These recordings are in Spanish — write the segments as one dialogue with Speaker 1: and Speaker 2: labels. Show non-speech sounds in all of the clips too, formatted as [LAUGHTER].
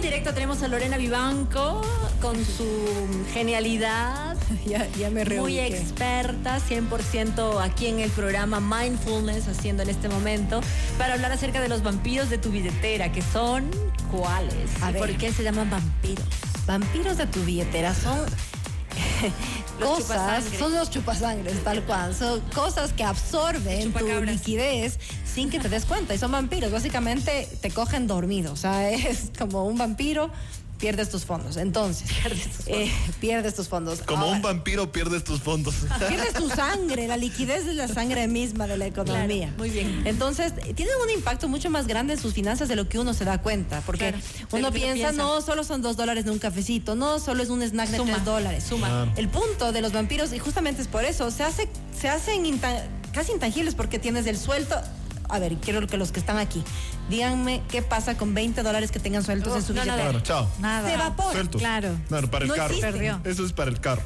Speaker 1: directo tenemos a Lorena Vivanco con su genialidad.
Speaker 2: ya, ya me reubiqué.
Speaker 1: Muy experta, 100% aquí en el programa Mindfulness haciendo en este momento para hablar acerca de los vampiros de tu billetera, que son cuáles.
Speaker 2: A
Speaker 1: ¿Y
Speaker 2: ver.
Speaker 1: ¿Por qué se llaman vampiros?
Speaker 2: Vampiros de tu billetera son
Speaker 1: Los
Speaker 2: cosas,
Speaker 1: chupasangre.
Speaker 2: son los chupasangres, tal cual. Son cosas que absorben tu
Speaker 1: Chupacabras.
Speaker 2: liquidez sin que te des cuenta. Y son vampiros. Básicamente te cogen dormido. O sea, [LAUGHS] es como un vampiro, pierdes tus fondos. Entonces,
Speaker 1: Pierdes tus fondos.
Speaker 2: eh, pierdes tus fondos.
Speaker 1: Ah,
Speaker 3: Como
Speaker 2: Ahora,
Speaker 3: un vampiro pierdes tus fondos. [LAUGHS]
Speaker 2: Pierdes tu sangre, la liquidez es la sangre misma de la economía.
Speaker 1: Claro, muy bien.
Speaker 2: Entonces, tienen un impacto mucho más grande en sus finanzas de lo que uno se da cuenta. Porque
Speaker 1: Claro, de lo
Speaker 2: uno
Speaker 1: que uno
Speaker 2: piensa,
Speaker 1: piensa.
Speaker 2: no, solo son dos dólares de un cafecito, no, solo es un snack de
Speaker 1: Suma,
Speaker 2: tres dólares.
Speaker 1: suma.
Speaker 3: Claro.
Speaker 2: El punto de los vampiros, y justamente es por eso, se, hace, se hacen intan- casi intangibles porque tienes el suelto. A ver, quiero que los que están aquí, díganme qué pasa con 20 dólares que tengan sueltos
Speaker 1: Oh,
Speaker 2: en su
Speaker 1: no, no,
Speaker 2: billetera.
Speaker 3: Claro, chao.
Speaker 1: Nada.
Speaker 2: Se evapora.
Speaker 3: Sueltos.
Speaker 1: Claro.
Speaker 3: Claro, para el
Speaker 2: No
Speaker 3: carro.
Speaker 2: existen.
Speaker 1: Perdió.
Speaker 3: Eso es para el carro.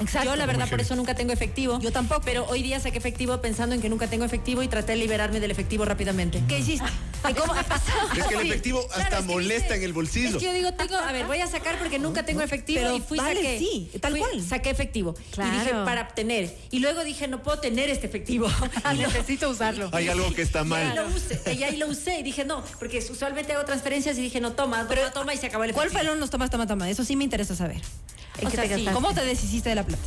Speaker 2: Exacto.
Speaker 1: Yo la verdad
Speaker 3: Muy
Speaker 1: por
Speaker 3: heavy.
Speaker 1: eso nunca tengo efectivo.
Speaker 2: Yo tampoco.
Speaker 1: Pero hoy día saqué efectivo pensando en que nunca tengo efectivo y traté de liberarme del efectivo
Speaker 2: [LAUGHS]
Speaker 1: rápidamente.
Speaker 2: ¿Qué
Speaker 1: [LAUGHS]
Speaker 2: hiciste?
Speaker 1: ¿Y cómo ha pasado?
Speaker 3: Es que el
Speaker 1: Sí.
Speaker 3: efectivo
Speaker 1: Claro,
Speaker 3: hasta
Speaker 1: es que
Speaker 3: molesta
Speaker 1: dice-
Speaker 3: en el bolsillo.
Speaker 1: Es que yo digo, tengo, a ver, voy a sacar porque nunca tengo efectivo
Speaker 2: Pero
Speaker 1: y fui
Speaker 2: vale,
Speaker 1: saqué.
Speaker 2: sí, tal
Speaker 1: fui-
Speaker 2: cual.
Speaker 1: Saqué efectivo. Y dije,
Speaker 4: Claro.
Speaker 1: para obtener. Y luego dije, no puedo tener este [LAUGHS] efectivo. Y lo-
Speaker 4: Necesito usarlo.
Speaker 3: Hay algo que está
Speaker 1: y ahí lo
Speaker 3: mal.
Speaker 1: usé, y ahí lo usé. Y dije, no, porque usualmente hago transferencias y dije, no, toma, toma, toma y se acabó el
Speaker 2: ¿Cuál
Speaker 1: efectivo.
Speaker 2: fueron los tomas, toma, toma? Eso sí me interesa saber.
Speaker 1: ¿En qué te gastaste?
Speaker 2: ¿Cómo te deshiciste de la plata?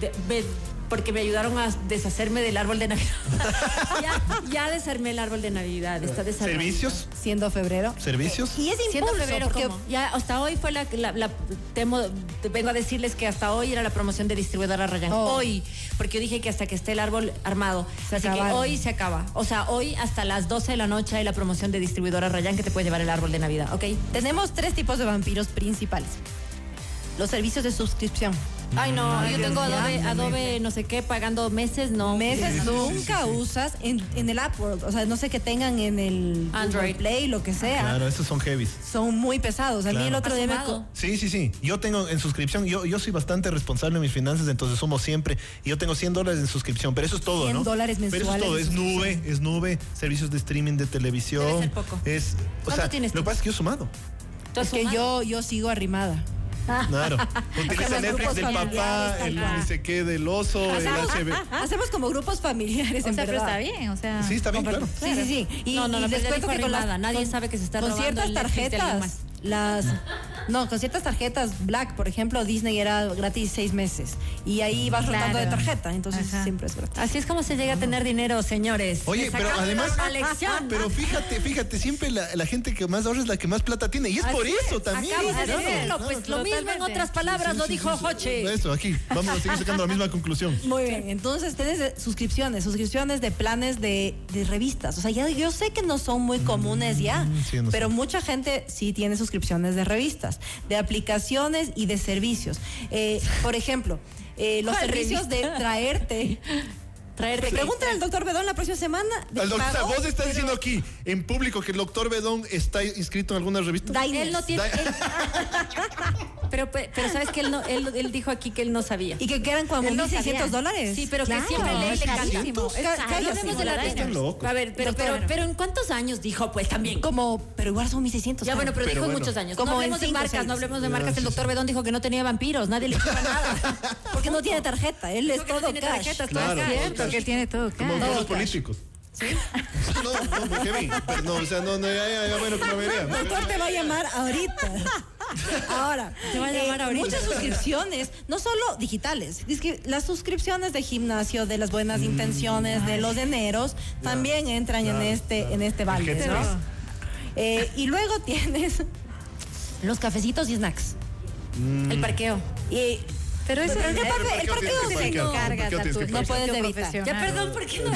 Speaker 1: De- me- porque me ayudaron a deshacerme del árbol de [LAUGHS] Navidad. ya, ya desarmé el árbol de Eh, Navidad. Está desarmado.
Speaker 3: ¿Servicios?
Speaker 2: Siendo febrero.
Speaker 3: ¿Servicios?
Speaker 2: Y es
Speaker 1: Siendo
Speaker 2: impulso,
Speaker 1: febrero,
Speaker 2: porque
Speaker 1: ¿cómo? Ya hasta hoy fue la, la- la- temo- te vengo a decirles que hasta hoy era la promoción de distribuidora Rayán.
Speaker 2: Oh.
Speaker 1: Hoy, porque yo dije que hasta que esté el árbol armado.
Speaker 2: Se
Speaker 1: así
Speaker 2: acabaron.
Speaker 1: que hoy se acaba. O sea, hoy hasta las 12 de la noche hay la promoción de distribuidora Rayán que te puede llevar el árbol de Navidad, ¿ok?
Speaker 2: tenemos tres tipos de vampiros principales. Los servicios de suscripción.
Speaker 1: Ay, no, yo tengo
Speaker 2: Dios,
Speaker 1: Adobe,
Speaker 2: ya,
Speaker 1: Adobe no sé qué pagando meses, no.
Speaker 2: Meses
Speaker 3: Sí, sí,
Speaker 2: nunca
Speaker 3: sí, sí.
Speaker 2: usas en, en el App World, o sea, no sé qué tengan en el
Speaker 1: Android.
Speaker 2: Google Play, lo que sea.
Speaker 3: Ah, Claro, esos son heavies.
Speaker 2: Son muy pesados. A mí
Speaker 3: Claro.
Speaker 2: el otro día me...
Speaker 1: Asumado.
Speaker 2: co-
Speaker 3: Sí, sí, sí. Yo tengo en suscripción, yo, yo soy bastante responsable en mis finanzas, entonces somos siempre. y Yo tengo 100 dólares en suscripción, pero eso es todo,
Speaker 2: 100
Speaker 3: ¿no?
Speaker 2: dólares
Speaker 3: Pero eso
Speaker 2: mensuales
Speaker 3: es todo,
Speaker 2: en
Speaker 3: es nube, es nube, servicios de streaming, de televisión.
Speaker 1: Debe ser poco.
Speaker 3: Es, o
Speaker 1: ¿Cuánto
Speaker 3: sea,
Speaker 1: tienes
Speaker 3: lo
Speaker 1: tú?
Speaker 3: que pasa es que yo he sumado.
Speaker 1: ¿Tú has
Speaker 2: Es que
Speaker 1: sumado?
Speaker 2: yo, yo sigo arrimada.
Speaker 3: Claro.
Speaker 2: Hacemos
Speaker 3: Utiliza
Speaker 2: grupos
Speaker 3: Netflix del papá,
Speaker 2: familiares, tal
Speaker 3: el
Speaker 2: cual.
Speaker 3: no sé qué del oso, el HB.
Speaker 2: [LAUGHS]
Speaker 1: Ah.
Speaker 2: Hacemos como grupos familiares,
Speaker 4: O
Speaker 2: en
Speaker 4: sea, pero
Speaker 2: verdad.
Speaker 4: está bien, o sea.
Speaker 3: Sí, está bien, claro.
Speaker 2: Sí, sí, sí.
Speaker 1: No, no, no, pero
Speaker 2: les
Speaker 1: ya
Speaker 2: cuento
Speaker 1: dijo
Speaker 2: que con las-
Speaker 1: arrimada. Nadie
Speaker 2: con-
Speaker 1: sabe que se está
Speaker 2: Con
Speaker 1: robando
Speaker 2: ciertas
Speaker 1: el Netflix de alguien
Speaker 2: tarjetas, las... No, con ciertas tarjetas Black, por ejemplo, Disney era gratis seis meses. Y ahí vas rotando de
Speaker 4: Claro.
Speaker 2: tarjeta, entonces
Speaker 4: Ajá.
Speaker 2: siempre es gratis.
Speaker 1: Así es como se llega a tener dinero, señores.
Speaker 3: Oye,
Speaker 1: Les
Speaker 3: pero
Speaker 1: sacamos
Speaker 3: además-
Speaker 1: la lección.
Speaker 3: Pero fíjate, fíjate, siempre la, la gente que más ahorra es la que más plata tiene. Y es por eso también.
Speaker 1: Acabas de
Speaker 3: claro.
Speaker 1: decirlo, pues lo mismo en
Speaker 4: Totalmente.
Speaker 1: otras palabras
Speaker 3: Sí,
Speaker 1: lo
Speaker 3: sí,
Speaker 1: dijo
Speaker 3: sí, sí.
Speaker 1: Joche.
Speaker 3: Eso, aquí. Vamos a seguir sacando la misma conclusión.
Speaker 2: Muy bien, entonces tienes eh, suscripciones, suscripciones de planes de, de revistas. O sea, ya, yo sé que no son muy comunes ya,
Speaker 3: Mm, sí, no
Speaker 2: pero
Speaker 3: son.
Speaker 2: mucha gente sí tiene suscripciones de revistas, de aplicaciones y de servicios. Eh, por ejemplo, eh, los
Speaker 1: ¿Cuál
Speaker 2: servicios de traerte.
Speaker 1: Traerte.
Speaker 2: Pregúntale al doctor Bedón la próxima semana. de
Speaker 3: Al
Speaker 2: que
Speaker 3: doctor,
Speaker 2: pagó,
Speaker 3: vos estás
Speaker 2: pero-
Speaker 3: diciendo aquí, en público, que el doctor Bedón está inscrito en alguna revista.
Speaker 2: Diners.
Speaker 1: Él no tiene.
Speaker 3: Da-
Speaker 1: él- [LAUGHS] pero, pe- pero sabes que él, no, él, él dijo aquí que él no sabía.
Speaker 2: Y que quedan como
Speaker 4: Él no
Speaker 2: 1.600
Speaker 4: sabía.
Speaker 2: dólares.
Speaker 1: Sí, pero
Speaker 4: Claro,
Speaker 1: que siempre le,
Speaker 4: es
Speaker 1: le encanta.
Speaker 4: carísimo, es
Speaker 2: Ca-
Speaker 4: carísimo,
Speaker 2: cállate,
Speaker 1: de la
Speaker 4: la
Speaker 3: Están
Speaker 4: Diners.
Speaker 3: locos.
Speaker 1: A ver, pero,
Speaker 2: Doctor,
Speaker 1: pero,
Speaker 2: bueno.
Speaker 1: pero ¿en cuántos años dijo? Pues también.
Speaker 2: Como, pero igual son 1.600.
Speaker 1: Ya bueno, pero,
Speaker 3: Pero
Speaker 1: dijo en
Speaker 3: bueno.
Speaker 1: muchos años.
Speaker 2: Como
Speaker 1: no
Speaker 2: en
Speaker 1: hablemos de
Speaker 2: cinco,
Speaker 1: marcas,
Speaker 2: seis.
Speaker 1: no hablemos de
Speaker 3: Ya,
Speaker 1: marcas.
Speaker 3: sí,
Speaker 1: El doctor
Speaker 3: sí.
Speaker 1: Bedón dijo que no tenía vampiros, nadie le chupa nada.
Speaker 2: Porque no tiene tarjeta, él
Speaker 1: Dijo
Speaker 2: es
Speaker 1: que no
Speaker 2: todo
Speaker 1: tiene
Speaker 2: cash.
Speaker 1: tarjetas, todo
Speaker 3: Claro,
Speaker 1: cash.
Speaker 4: Cierto, que él tiene todo.
Speaker 3: Como
Speaker 4: claro.
Speaker 3: los políticos. ¿Sí? [LAUGHS] No, no, muy heavy. Pero no, o sea, no, no, ya, ya, ya, bueno, que no me vean.
Speaker 2: doctor te va a llamar ahorita. Ahora.
Speaker 1: Te va a llamar ahorita.
Speaker 2: Eh, Muchas suscripciones, no solo digitales. Es que las suscripciones de gimnasio, de las buenas
Speaker 3: Mm,
Speaker 2: intenciones, de los eneros, también entran en
Speaker 3: claro,
Speaker 2: este,
Speaker 3: claro.
Speaker 2: en este
Speaker 3: El
Speaker 2: balde,
Speaker 3: Headspace.
Speaker 2: ¿no? Eh, y luego tienes los cafecitos y snacks.
Speaker 3: Mm.
Speaker 1: El parqueo.
Speaker 2: Y
Speaker 4: Pero eso
Speaker 2: Pero
Speaker 4: es
Speaker 2: el
Speaker 4: el
Speaker 2: parqueo- el parqueo
Speaker 3: tienes que
Speaker 2: sí,
Speaker 3: parquear,
Speaker 2: no.
Speaker 3: el parqueo tienes que
Speaker 4: No
Speaker 3: parquear.
Speaker 2: puedes evitar.
Speaker 1: Ya, perdón, ¿por qué no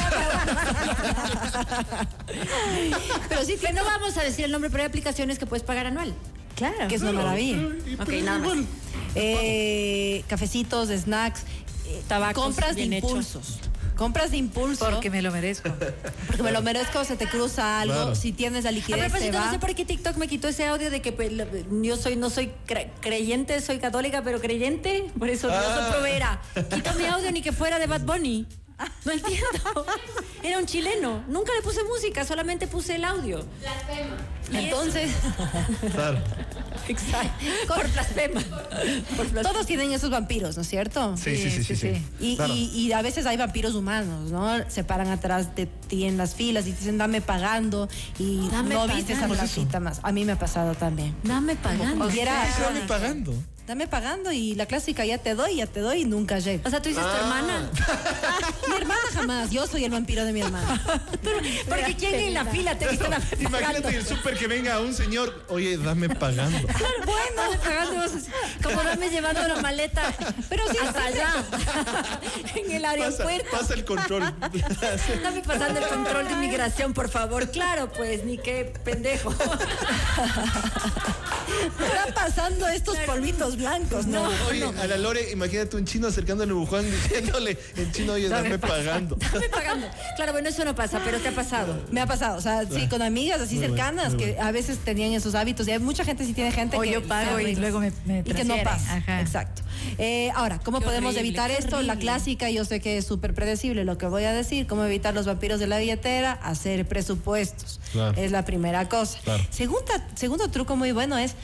Speaker 1: Pero sí, no vamos a decir el nombre, pero hay aplicaciones que puedes pagar anual.
Speaker 4: Claro.
Speaker 2: que es una maravilla.
Speaker 3: Y-
Speaker 1: Ah, Ok,
Speaker 3: pero
Speaker 1: nada más.
Speaker 3: igual.
Speaker 2: Eh, cafecitos, snacks, eh,
Speaker 1: Tabacos
Speaker 2: compras de
Speaker 1: bien hechos.
Speaker 2: impulsos. Compras de impulso.
Speaker 4: Porque me lo merezco.
Speaker 2: Porque me lo merezco, se te cruza algo,
Speaker 3: Claro.
Speaker 2: si tienes la
Speaker 1: A
Speaker 2: liquidez se
Speaker 1: propósito,
Speaker 2: va.
Speaker 1: no sé por qué TikTok me quitó ese audio de que pues, la- yo soy no soy cre- creyente, soy católica, pero creyente, por eso no soy
Speaker 3: Ah.
Speaker 1: provera. Quito mi audio ni que fuera de Bad Bunny. No entiendo. Era un chileno. Nunca le puse música, solamente puse el audio. [LAUGHS]
Speaker 2: Entonces,
Speaker 3: Claro.
Speaker 1: Exacto. Por blasfema. Por blasfema.
Speaker 2: todos tienen esos vampiros, ¿no es cierto?
Speaker 3: Sí, sí, sí, sí.
Speaker 4: Sí, sí,
Speaker 3: sí.
Speaker 4: sí.
Speaker 2: Y,
Speaker 3: Claro.
Speaker 2: y- y a veces hay vampiros humanos, ¿no? Se paran atrás de ti en las filas y te dicen, dame pagando. Y
Speaker 1: Dame
Speaker 2: no viste esa
Speaker 1: pagando.
Speaker 2: placita más. A mí me ha pasado también.
Speaker 1: Dame pagando.
Speaker 2: O sea, Era-
Speaker 3: Sí, dame pagando.
Speaker 2: Dame pagando y la clásica, ya te doy, ya te doy y nunca llego.
Speaker 1: O sea, tú dices tu hermana.
Speaker 2: [LAUGHS]
Speaker 3: Ah.
Speaker 1: [LAUGHS]
Speaker 2: Mi hermana jamás, yo soy el vampiro de mi hermana.
Speaker 1: Porque quién en la fila te dice dame pagando.
Speaker 3: [LAUGHS] Imagínate en el súper que venga un señor, oye, dame pagando.
Speaker 2: [LAUGHS]
Speaker 1: Bueno, dame pagando. y vos así, Como dame llevando la maleta. Pero sí, hasta allá. En el
Speaker 3: Pasa,
Speaker 1: aeropuerto.
Speaker 3: pasa
Speaker 2: [LAUGHS]
Speaker 3: el control.
Speaker 1: Dame pasando el control de inmigración, por favor. Claro, pues, ni qué [LAUGHS] pendejo.
Speaker 2: Están pasando estos polvitos blancos, ¿no?
Speaker 3: Oye, a la Lore, imagínate un chino acercándole a Buján diciéndole en chino, oye, dame,
Speaker 1: pa-
Speaker 3: pagando.
Speaker 2: [LAUGHS]
Speaker 1: Dame pagando. Claro, bueno, eso no pasa, pero te ha pasado.
Speaker 2: Me ha pasado, o sea, sí, con amigas así
Speaker 3: Muy bueno,
Speaker 2: cercanas
Speaker 3: muy
Speaker 2: que
Speaker 3: bueno.
Speaker 2: a veces tenían esos hábitos. Y hay mucha gente, sí tiene gente
Speaker 4: O
Speaker 2: que.
Speaker 4: yo pago y luego me- me
Speaker 2: Y que no
Speaker 4: transfieren.
Speaker 2: pasa.
Speaker 4: Ajá.
Speaker 2: Exacto. Eh, ahora, ¿cómo
Speaker 1: Qué
Speaker 2: podemos
Speaker 1: horrible,
Speaker 2: evitar
Speaker 1: qué
Speaker 2: esto? La
Speaker 1: horrible.
Speaker 2: clásica, yo sé que es súper predecible lo que voy a decir. ¿Cómo evitar los vampiros de la billetera? Hacer presupuestos.
Speaker 3: Claro.
Speaker 2: Es la primera cosa.
Speaker 3: Claro.
Speaker 2: Segunda- segundo truco muy bueno es.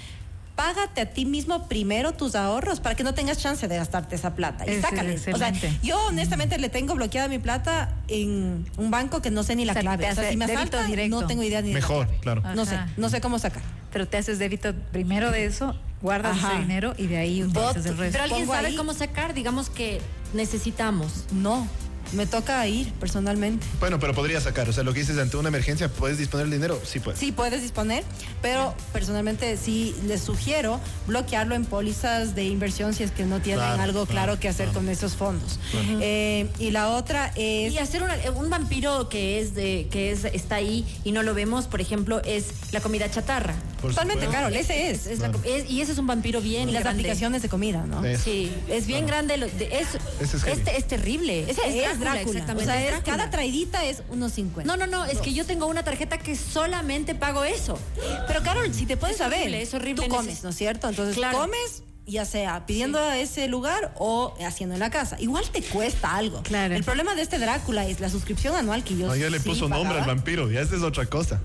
Speaker 2: Págate a ti mismo primero tus ahorros para que no tengas chance de gastarte esa plata. Y
Speaker 4: Ese es
Speaker 2: sácale. O sea,
Speaker 4: excelente.
Speaker 2: yo honestamente le tengo bloqueada mi plata en un banco que no sé ni la
Speaker 4: O sea,
Speaker 2: clave.
Speaker 4: te
Speaker 2: O sea,
Speaker 4: hace
Speaker 2: si me
Speaker 4: débito
Speaker 2: asaltan,
Speaker 4: directo.
Speaker 2: no tengo idea ni de la
Speaker 3: Mejor,
Speaker 2: clave.
Speaker 3: claro.
Speaker 4: Ah.
Speaker 2: No sé,
Speaker 4: Ajá.
Speaker 2: no sé cómo sacar.
Speaker 4: Pero te haces débito primero de eso, guardas
Speaker 2: Ajá.
Speaker 4: ese dinero y de ahí utilizas el resto.
Speaker 1: Pero alguien
Speaker 2: Pongo
Speaker 1: sabe
Speaker 2: ahí.
Speaker 1: cómo sacar, digamos que necesitamos.
Speaker 2: No, me toca ir personalmente.
Speaker 3: Bueno, pero podría sacar. O sea, lo que dices, ante una emergencia, ¿puedes disponer el dinero? Sí, pues. puedes.
Speaker 2: Sí, puedes disponer, pero personalmente sí les sugiero bloquearlo en pólizas de inversión si es que no tienen
Speaker 3: Claro,
Speaker 2: algo claro,
Speaker 3: claro,
Speaker 2: que hacer
Speaker 3: claro.
Speaker 2: con esos fondos.
Speaker 3: Claro.
Speaker 2: Eh, y la otra es...
Speaker 1: Y hacer una- un vampiro que es de que es está ahí y no lo vemos, por ejemplo, es la comida chatarra.
Speaker 3: Por
Speaker 2: Totalmente,
Speaker 3: supuesto.
Speaker 2: Carol, ese es.
Speaker 1: Es la
Speaker 3: Claro.
Speaker 1: com- es- y ese es un vampiro bien
Speaker 2: Y las
Speaker 1: grande.
Speaker 2: aplicaciones de comida, ¿no?
Speaker 3: Sí.
Speaker 1: Sí, es bien grande. lo- de- es,
Speaker 3: Ese es
Speaker 1: es,
Speaker 3: heavy.
Speaker 1: te- es terrible.
Speaker 2: Ese es, Drácula,
Speaker 1: exactamente.
Speaker 2: O sea,
Speaker 1: es
Speaker 2: es-
Speaker 1: Drácula.
Speaker 2: cada traidita es unos 50.
Speaker 1: no, no, no, es que yo tengo una tarjeta que solamente pago eso.
Speaker 2: Pero Carol, si te puedes
Speaker 1: Es horrible,
Speaker 2: saber,
Speaker 1: es horrible
Speaker 2: tú
Speaker 1: en
Speaker 2: comes,
Speaker 1: ese-
Speaker 2: ¿no Pues es cierto? Entonces
Speaker 1: Claro.
Speaker 2: comes, ya sea pidiendo a ese lugar o haciendo en la casa. Igual te cuesta algo.
Speaker 4: Claro.
Speaker 2: El problema de este Drácula es la suscripción anual que yo
Speaker 3: No, Ah, ya le
Speaker 2: sí
Speaker 3: puso nombre al
Speaker 2: pagaba,
Speaker 3: vampiro, ya esta es otra [LAUGHS] cosa.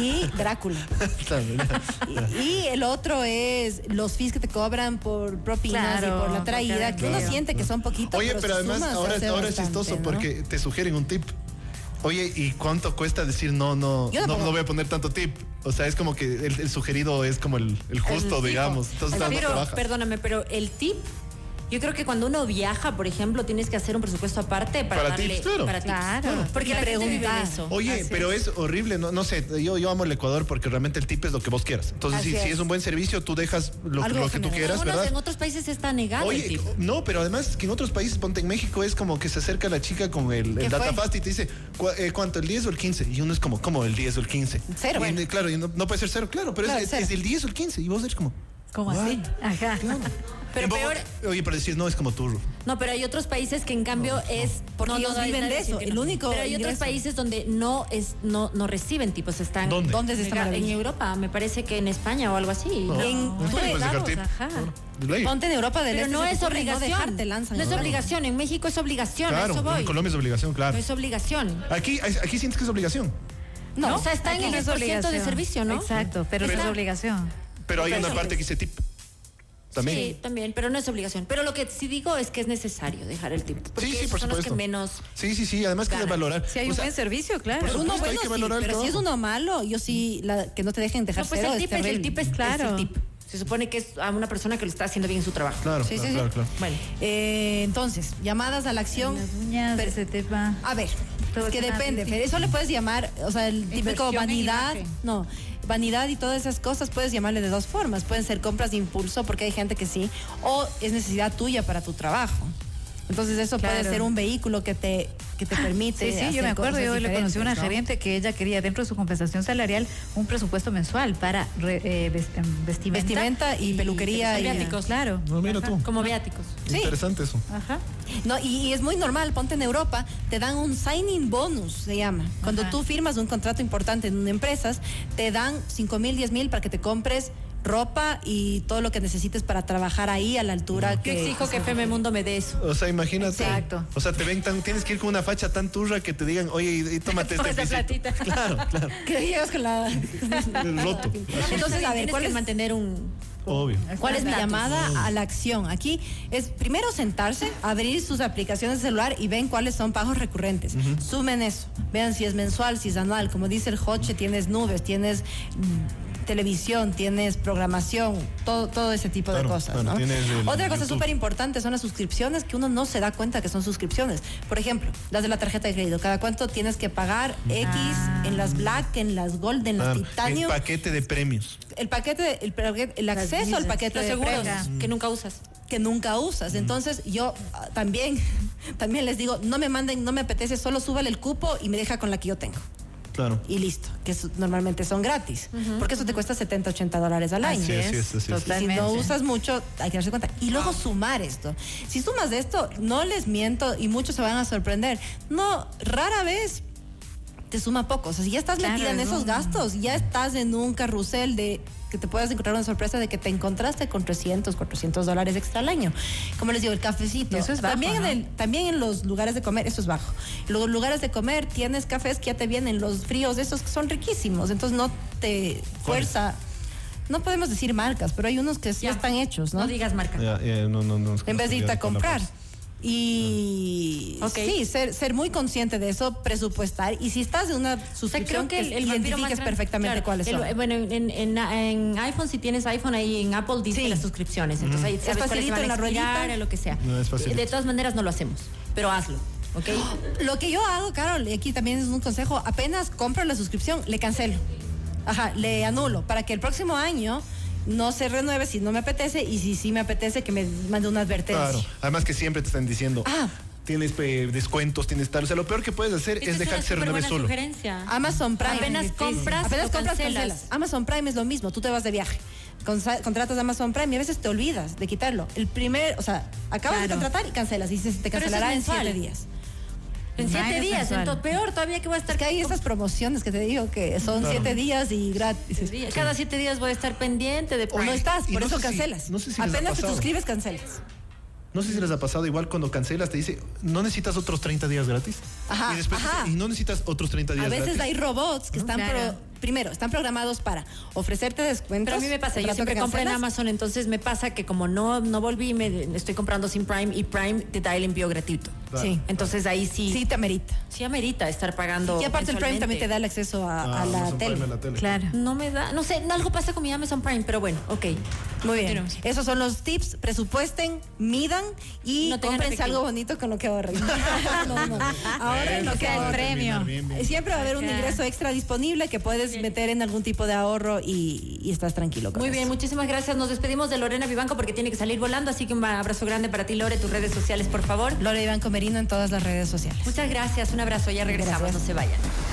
Speaker 2: Y Drácula. Y, y el otro es los fees que te cobran por propinas
Speaker 4: Claro,
Speaker 2: y por la traída,
Speaker 4: claro.
Speaker 2: que uno
Speaker 3: Claro.
Speaker 2: siente que son poquitos.
Speaker 3: Oye, pero
Speaker 2: si
Speaker 3: además
Speaker 2: sumas,
Speaker 3: ahora,
Speaker 2: hace
Speaker 3: ahora es
Speaker 2: bastante,
Speaker 3: chistoso
Speaker 2: ¿no?
Speaker 3: porque te sugieren un tip. Oye, ¿y cuánto cuesta decir no, no,
Speaker 2: Yo
Speaker 3: no,
Speaker 2: no pongo.
Speaker 3: no voy a poner tanto tip? O sea, es como que el, el sugerido es como el, el justo,
Speaker 1: El tipo.
Speaker 3: digamos. Entonces, nada, no
Speaker 1: Pero,
Speaker 3: te bajas.
Speaker 1: perdóname, pero el tip, yo creo que cuando uno viaja, por ejemplo, tienes que hacer un presupuesto aparte para,
Speaker 3: Para
Speaker 1: darle
Speaker 3: tips, claro.
Speaker 1: para tips.
Speaker 4: Claro.
Speaker 1: Porque
Speaker 2: Y
Speaker 1: la gente vive de
Speaker 2: preguntar.
Speaker 1: eso.
Speaker 3: Oye,
Speaker 4: Así
Speaker 3: pero es. horrible, no, no sé, yo, yo amo el Ecuador porque realmente el tip es lo que vos quieras. Entonces,
Speaker 2: Así
Speaker 3: si, si
Speaker 2: es.
Speaker 3: es un buen servicio, tú dejas lo,
Speaker 2: Algo
Speaker 3: lo que tú
Speaker 2: general.
Speaker 3: quieras,
Speaker 1: Algunos-
Speaker 3: ¿verdad?
Speaker 1: en otros países está negado el
Speaker 3: Oye,
Speaker 1: tip.
Speaker 3: no, pero además que en otros países, ponte en México, es como que se acerca la chica con el,
Speaker 2: ¿Qué
Speaker 3: el
Speaker 2: fue?
Speaker 3: datafast y te dice, "¿Cu- eh, ¿cuánto? ¿El 10 o el 15? Y uno es como, ¿cómo el 10 o el 15?
Speaker 2: Cero.
Speaker 3: Y,
Speaker 2: Bueno.
Speaker 3: Claro, y no, no puede ser cero, claro, pero
Speaker 2: Claro,
Speaker 3: es,
Speaker 2: cero.
Speaker 3: es el 10 o el 15. Y vos eres como,
Speaker 4: ¿Cómo
Speaker 3: "What?".
Speaker 4: así? Ajá.
Speaker 3: Claro.
Speaker 1: Pero
Speaker 3: Y vos-
Speaker 1: peor-
Speaker 3: Oye, pero decís, no, es como tú.
Speaker 1: No, pero hay otros países que en cambio es
Speaker 2: Porque ellos
Speaker 1: hay-
Speaker 2: viven
Speaker 1: nadie
Speaker 2: de
Speaker 1: dice
Speaker 2: eso,
Speaker 1: que
Speaker 2: el único
Speaker 1: Pero hay otros
Speaker 2: ingreso.
Speaker 1: países donde no es no no reciben tipos, están
Speaker 3: ¿Dónde?
Speaker 2: ¿Dónde es esta
Speaker 1: en,
Speaker 2: maravilla?
Speaker 1: Europa, me parece que en España o algo así.
Speaker 3: No.
Speaker 2: En-
Speaker 3: No te
Speaker 2: tú-
Speaker 3: puedes dejar tip.
Speaker 4: ajá.
Speaker 3: Ley.
Speaker 2: Ponte en Europa del
Speaker 1: Pero
Speaker 2: Este,
Speaker 1: no
Speaker 2: se te
Speaker 1: es
Speaker 2: ocurre no
Speaker 1: obligación.
Speaker 2: dejar, te lanzan
Speaker 1: no es
Speaker 2: el Drácula.
Speaker 1: obligación, en México es obligación, a eso
Speaker 3: Claro,
Speaker 1: voy.
Speaker 3: en Colombia es obligación,
Speaker 1: No
Speaker 3: claro.
Speaker 1: es obligación.
Speaker 3: Aquí, aquí sientes que es obligación,
Speaker 1: No, o sea, está
Speaker 4: Aquí
Speaker 1: en
Speaker 4: no
Speaker 1: el
Speaker 4: es
Speaker 1: 10% de
Speaker 4: obligación.
Speaker 1: servicio, ¿no?
Speaker 4: Exacto, pero no es
Speaker 1: Está-
Speaker 4: obligación.
Speaker 3: pero hay
Speaker 1: Pero
Speaker 3: una
Speaker 1: sí.
Speaker 3: parte que dice tip. También.
Speaker 1: Sí, también, pero no es obligación. Pero lo que sí digo es que es necesario dejar el tip. porque
Speaker 3: Sí, sí,
Speaker 1: esos
Speaker 3: por
Speaker 1: son los que
Speaker 3: supuesto.
Speaker 1: menos
Speaker 3: Sí, sí, sí, además que de
Speaker 1: ganan.
Speaker 3: valorar.
Speaker 4: Si hay
Speaker 3: O
Speaker 4: un
Speaker 3: sea,
Speaker 4: buen servicio, claro.
Speaker 3: por
Speaker 2: Pero uno
Speaker 3: supuesto, hay
Speaker 2: bueno,
Speaker 3: que
Speaker 2: sí,
Speaker 3: valorar el
Speaker 2: pero si es
Speaker 3: trabajo.
Speaker 2: uno malo, yo sí, la, que no te dejen dejar
Speaker 1: No, pues
Speaker 2: cero,
Speaker 1: el
Speaker 2: es
Speaker 1: tip es, el
Speaker 2: terrible.
Speaker 1: tip es claro.
Speaker 2: el tip.
Speaker 1: Se supone que es a una persona que le está haciendo bien su trabajo.
Speaker 3: Claro,
Speaker 2: Sí, sí,
Speaker 3: claro,
Speaker 2: sí.
Speaker 3: claro, claro.
Speaker 1: Bueno.
Speaker 2: Eh, entonces, llamadas a la acción.
Speaker 4: Las uñas,
Speaker 2: Pero-
Speaker 4: ese tema.
Speaker 2: a ver,
Speaker 4: Todo
Speaker 2: es que
Speaker 4: es una
Speaker 2: depende.
Speaker 4: crítica.
Speaker 2: Fer, eso le puedes llamar, o sea, el típico
Speaker 4: Inversión en
Speaker 2: vanidad.
Speaker 4: imagen.
Speaker 2: No, vanidad y todas esas cosas puedes llamarle de dos formas. Pueden ser compras de impulso, porque hay gente que sí, o es necesidad tuya para tu trabajo. Entonces, eso puede
Speaker 4: Claro. Ah,
Speaker 2: ser un vehículo que te, que te permite.
Speaker 4: Sí, sí, yo
Speaker 2: hacer
Speaker 4: me acuerdo,
Speaker 2: cosas
Speaker 4: yo le conocí a una
Speaker 2: diferentes, ¿no?
Speaker 4: gerente que ella quería dentro de su compensación salarial un presupuesto mensual para re- eh, ves- em, vestimenta,
Speaker 2: Vestimenta y peluquería y-
Speaker 4: viáticos, claro.
Speaker 3: No, mira tú.
Speaker 1: Como viáticos.
Speaker 2: Sí.
Speaker 3: Interesante eso.
Speaker 4: Ajá.
Speaker 2: No, y, y es muy normal, ponte en Europa, te dan un signing bonus, se llama. Cuando
Speaker 4: Ajá.
Speaker 2: tú firmas un contrato importante en una empresa, te dan 5 mil, 10 mil para que te compres ropa y todo lo que necesites para trabajar ahí a la altura
Speaker 1: Yo
Speaker 2: que
Speaker 1: exijo que FM Mundo me dé eso.
Speaker 3: O sea, imagínate.
Speaker 4: Exacto.
Speaker 3: O sea, te ven tan, tienes que ir con una facha tan turra que te digan, oye,
Speaker 2: [LAUGHS]
Speaker 3: y, y tómate
Speaker 1: Toma
Speaker 3: este
Speaker 1: esa
Speaker 3: pisito.
Speaker 1: platita.
Speaker 3: [LAUGHS] Claro, claro.
Speaker 2: [LAUGHS] que llegas con
Speaker 1: [LAUGHS]
Speaker 2: la
Speaker 3: El roto.
Speaker 2: Entonces, a ver,
Speaker 1: Tienes
Speaker 2: ¿cuál
Speaker 1: que
Speaker 2: es,
Speaker 1: mantener un...
Speaker 3: Obvio.
Speaker 2: cuál es mi
Speaker 1: Datos.
Speaker 2: llamada a la acción? Aquí es primero sentarse, abrir sus aplicaciones de celular y ven cuáles son pagos recurrentes. Sumen eso. Vean si es mensual, si es anual. Como dice el Hoche, tienes nubes, tienes mm, televisión, tienes programación, todo, todo ese tipo
Speaker 3: Claro,
Speaker 2: de cosas.
Speaker 3: claro,
Speaker 2: ¿no?
Speaker 3: tienes el
Speaker 2: Otra cosa
Speaker 3: YouTube.
Speaker 2: súper importante son las suscripciones que uno no se da cuenta que son suscripciones. Por ejemplo, las de la tarjeta de crédito. Cada cuánto tienes que pagar X en las Black, en las Gold, en las
Speaker 3: Ah, el
Speaker 2: Titanium.
Speaker 3: paquete de premios.
Speaker 2: el paquete, el, paquete- el
Speaker 4: Las
Speaker 2: acceso
Speaker 4: visas,
Speaker 2: al paquete
Speaker 1: Los
Speaker 2: de
Speaker 1: seguros
Speaker 2: premios
Speaker 1: que nunca usas.
Speaker 2: que nunca usas. Entonces yo ah, también, [LAUGHS] también les digo, no me manden, no me apetece, solo súbale el cupo y me deja con la que yo tengo.
Speaker 3: Claro.
Speaker 2: Y listo, que su- normalmente son gratis, porque eso te cuesta 70, 80 dólares al año.
Speaker 4: Así
Speaker 3: Ah, Sí, así
Speaker 4: es,
Speaker 3: es, así es.
Speaker 2: Si
Speaker 4: totalmente.
Speaker 2: no usas mucho, hay que darse cuenta. Y luego sumar esto. Si sumas de esto, no les miento y muchos se van a sorprender. No, rara vez te suma poco. O sea, si ya estás
Speaker 4: Claro,
Speaker 2: metida en
Speaker 4: es
Speaker 2: esos
Speaker 4: un-
Speaker 2: gastos, ya estás en un carrusel de que te puedas encontrar una sorpresa de que te encontraste con 300, 400 dólares extra al año. Como les digo, el cafecito.
Speaker 4: Y eso es bajo,
Speaker 2: también,
Speaker 4: ¿no?
Speaker 2: en el- también en los lugares de comer, eso es bajo. Los lugares de comer tienes cafés que ya te vienen, los fríos, esos que son riquísimos. Entonces no te
Speaker 3: ¿Cuáles?
Speaker 2: fuerza no podemos decir marcas, pero hay unos que sí
Speaker 1: Ya.
Speaker 2: están hechos, ¿no?
Speaker 1: No digas marca.
Speaker 3: Ya, ya, no, no, no, es que
Speaker 2: en
Speaker 3: no
Speaker 2: vez de
Speaker 3: estoy
Speaker 2: irte a
Speaker 3: con la
Speaker 2: comprar.
Speaker 3: cosa.
Speaker 2: Y
Speaker 1: Ah. Ok.
Speaker 2: sí, ser, ser muy consciente de eso, presupuestar. Y si estás en una
Speaker 1: O sea, creo
Speaker 2: suscripción,
Speaker 1: que el, el vampiro más
Speaker 2: identifiques
Speaker 1: grande-
Speaker 2: perfectamente
Speaker 1: claro,
Speaker 2: cuáles
Speaker 1: el-
Speaker 2: son.
Speaker 1: Bueno, en, en- en iPhone, si tienes iPhone ahí en Apple, dice
Speaker 2: Sí.
Speaker 1: las suscripciones. Entonces ahí sabes cuáles
Speaker 2: facilito
Speaker 1: se van a
Speaker 2: en la ruedita.
Speaker 1: expirar, lo que sea.
Speaker 3: No, es facilito.
Speaker 1: de todas maneras, no lo hacemos, pero hazlo, ¿ok?
Speaker 2: Lo que yo hago, Carol, y aquí también es un consejo, apenas compro la suscripción, le cancelo. Ajá, le anulo para que el próximo año no se renueve si no me apetece y si sí me apetece que me mande una advertencia.
Speaker 3: Claro. Además que siempre te están diciendo,
Speaker 2: Ah.
Speaker 3: tienes eh, descuentos, tienes tal. O sea, lo peor que puedes hacer
Speaker 1: Esta
Speaker 3: [GASPS] es dejar
Speaker 1: una
Speaker 3: que se
Speaker 1: súper
Speaker 3: renueve
Speaker 1: buena
Speaker 3: solo.
Speaker 1: sugerencia.
Speaker 2: Amazon Prime.
Speaker 1: Apenas
Speaker 2: Sí.
Speaker 1: compras,
Speaker 2: Apenas
Speaker 1: lo
Speaker 2: compras,
Speaker 1: cancelas.
Speaker 2: cancelas. Amazon Prime es lo mismo, tú te vas de viaje. Consa- Contratas Amazon Prime y a veces te olvidas de quitarlo. El primer, o sea, acabas de
Speaker 4: Claro.
Speaker 2: contratar y cancelas. Y dices, te
Speaker 1: Pero eso es
Speaker 2: cancelará en
Speaker 1: mensual.
Speaker 2: siete días.
Speaker 1: En
Speaker 4: Ah,
Speaker 1: siete
Speaker 4: eres
Speaker 1: días,
Speaker 4: mensual.
Speaker 1: entonces peor todavía que voy a estar
Speaker 2: Es que hay esas promociones que te digo que son
Speaker 3: Claro.
Speaker 2: siete días y gratis.
Speaker 1: siete días. Cada siete días voy a estar pendiente de
Speaker 2: O no estás,
Speaker 3: Y
Speaker 2: por
Speaker 3: no
Speaker 2: eso
Speaker 3: sé si-
Speaker 2: cancelas.
Speaker 3: no sé si les ha
Speaker 2: Apenas te
Speaker 3: pasado.
Speaker 2: suscribes, cancelas.
Speaker 3: No sé si les ha pasado, igual cuando cancelas te dice, no necesitas otros 30 días gratis.
Speaker 2: Ajá,
Speaker 3: y después
Speaker 2: ajá.
Speaker 3: dice, y no necesitas otros 30 días
Speaker 2: A veces
Speaker 3: gratis.
Speaker 2: hay robots que están,
Speaker 4: Claro.
Speaker 2: pro- primero, están programados para ofrecerte descuentos.
Speaker 1: Pero a mí me pasa,
Speaker 2: el
Speaker 1: yo
Speaker 2: rato
Speaker 1: siempre
Speaker 2: que
Speaker 1: compro en
Speaker 2: cancelas.
Speaker 1: Amazon, entonces me pasa que como no, no volví, me estoy comprando sin Prime y Prime te da el envío gratuito.
Speaker 3: Claro.
Speaker 2: Sí.
Speaker 1: Entonces ahí sí,
Speaker 2: Sí,
Speaker 1: sí,
Speaker 2: te amerita.
Speaker 1: amerita estar pagando.
Speaker 2: Y aparte el Prime
Speaker 1: mensualmente.
Speaker 2: también te da el acceso a,
Speaker 3: Ah,
Speaker 2: a la
Speaker 3: Amazon Prime
Speaker 2: tele.
Speaker 3: a la tele.
Speaker 4: Claro.
Speaker 1: No me da, no sé, algo pasa con mi Amazon Prime, pero bueno, ok.
Speaker 2: Muy bien.
Speaker 1: Continuemos.
Speaker 2: Esos son los tips. Presupuesten, midan y
Speaker 1: No tengan
Speaker 2: cómprense
Speaker 1: efectivo.
Speaker 2: algo bonito con lo que ahorren. [LAUGHS] no,
Speaker 3: [LAUGHS]
Speaker 2: no. Ahorren
Speaker 3: Bueno,
Speaker 2: lo que
Speaker 3: va a
Speaker 2: ahorren.
Speaker 3: terminar bien, bien.
Speaker 2: Siempre va a haber un
Speaker 1: Acá.
Speaker 2: ingreso extra disponible que puedes meter en algún tipo de ahorro y, y estás tranquilo. Con
Speaker 1: Muy bien,
Speaker 2: eso.
Speaker 1: muchísimas gracias. Nos despedimos de Lorena Vivanco porque tiene que salir volando, así que un abrazo grande para ti, Lore, tus redes sociales, por favor.
Speaker 2: Lore Iván Comerino en todas las redes sociales.
Speaker 1: Muchas gracias, un abrazo, ya regresamos,
Speaker 2: Gracias.
Speaker 1: no se vayan.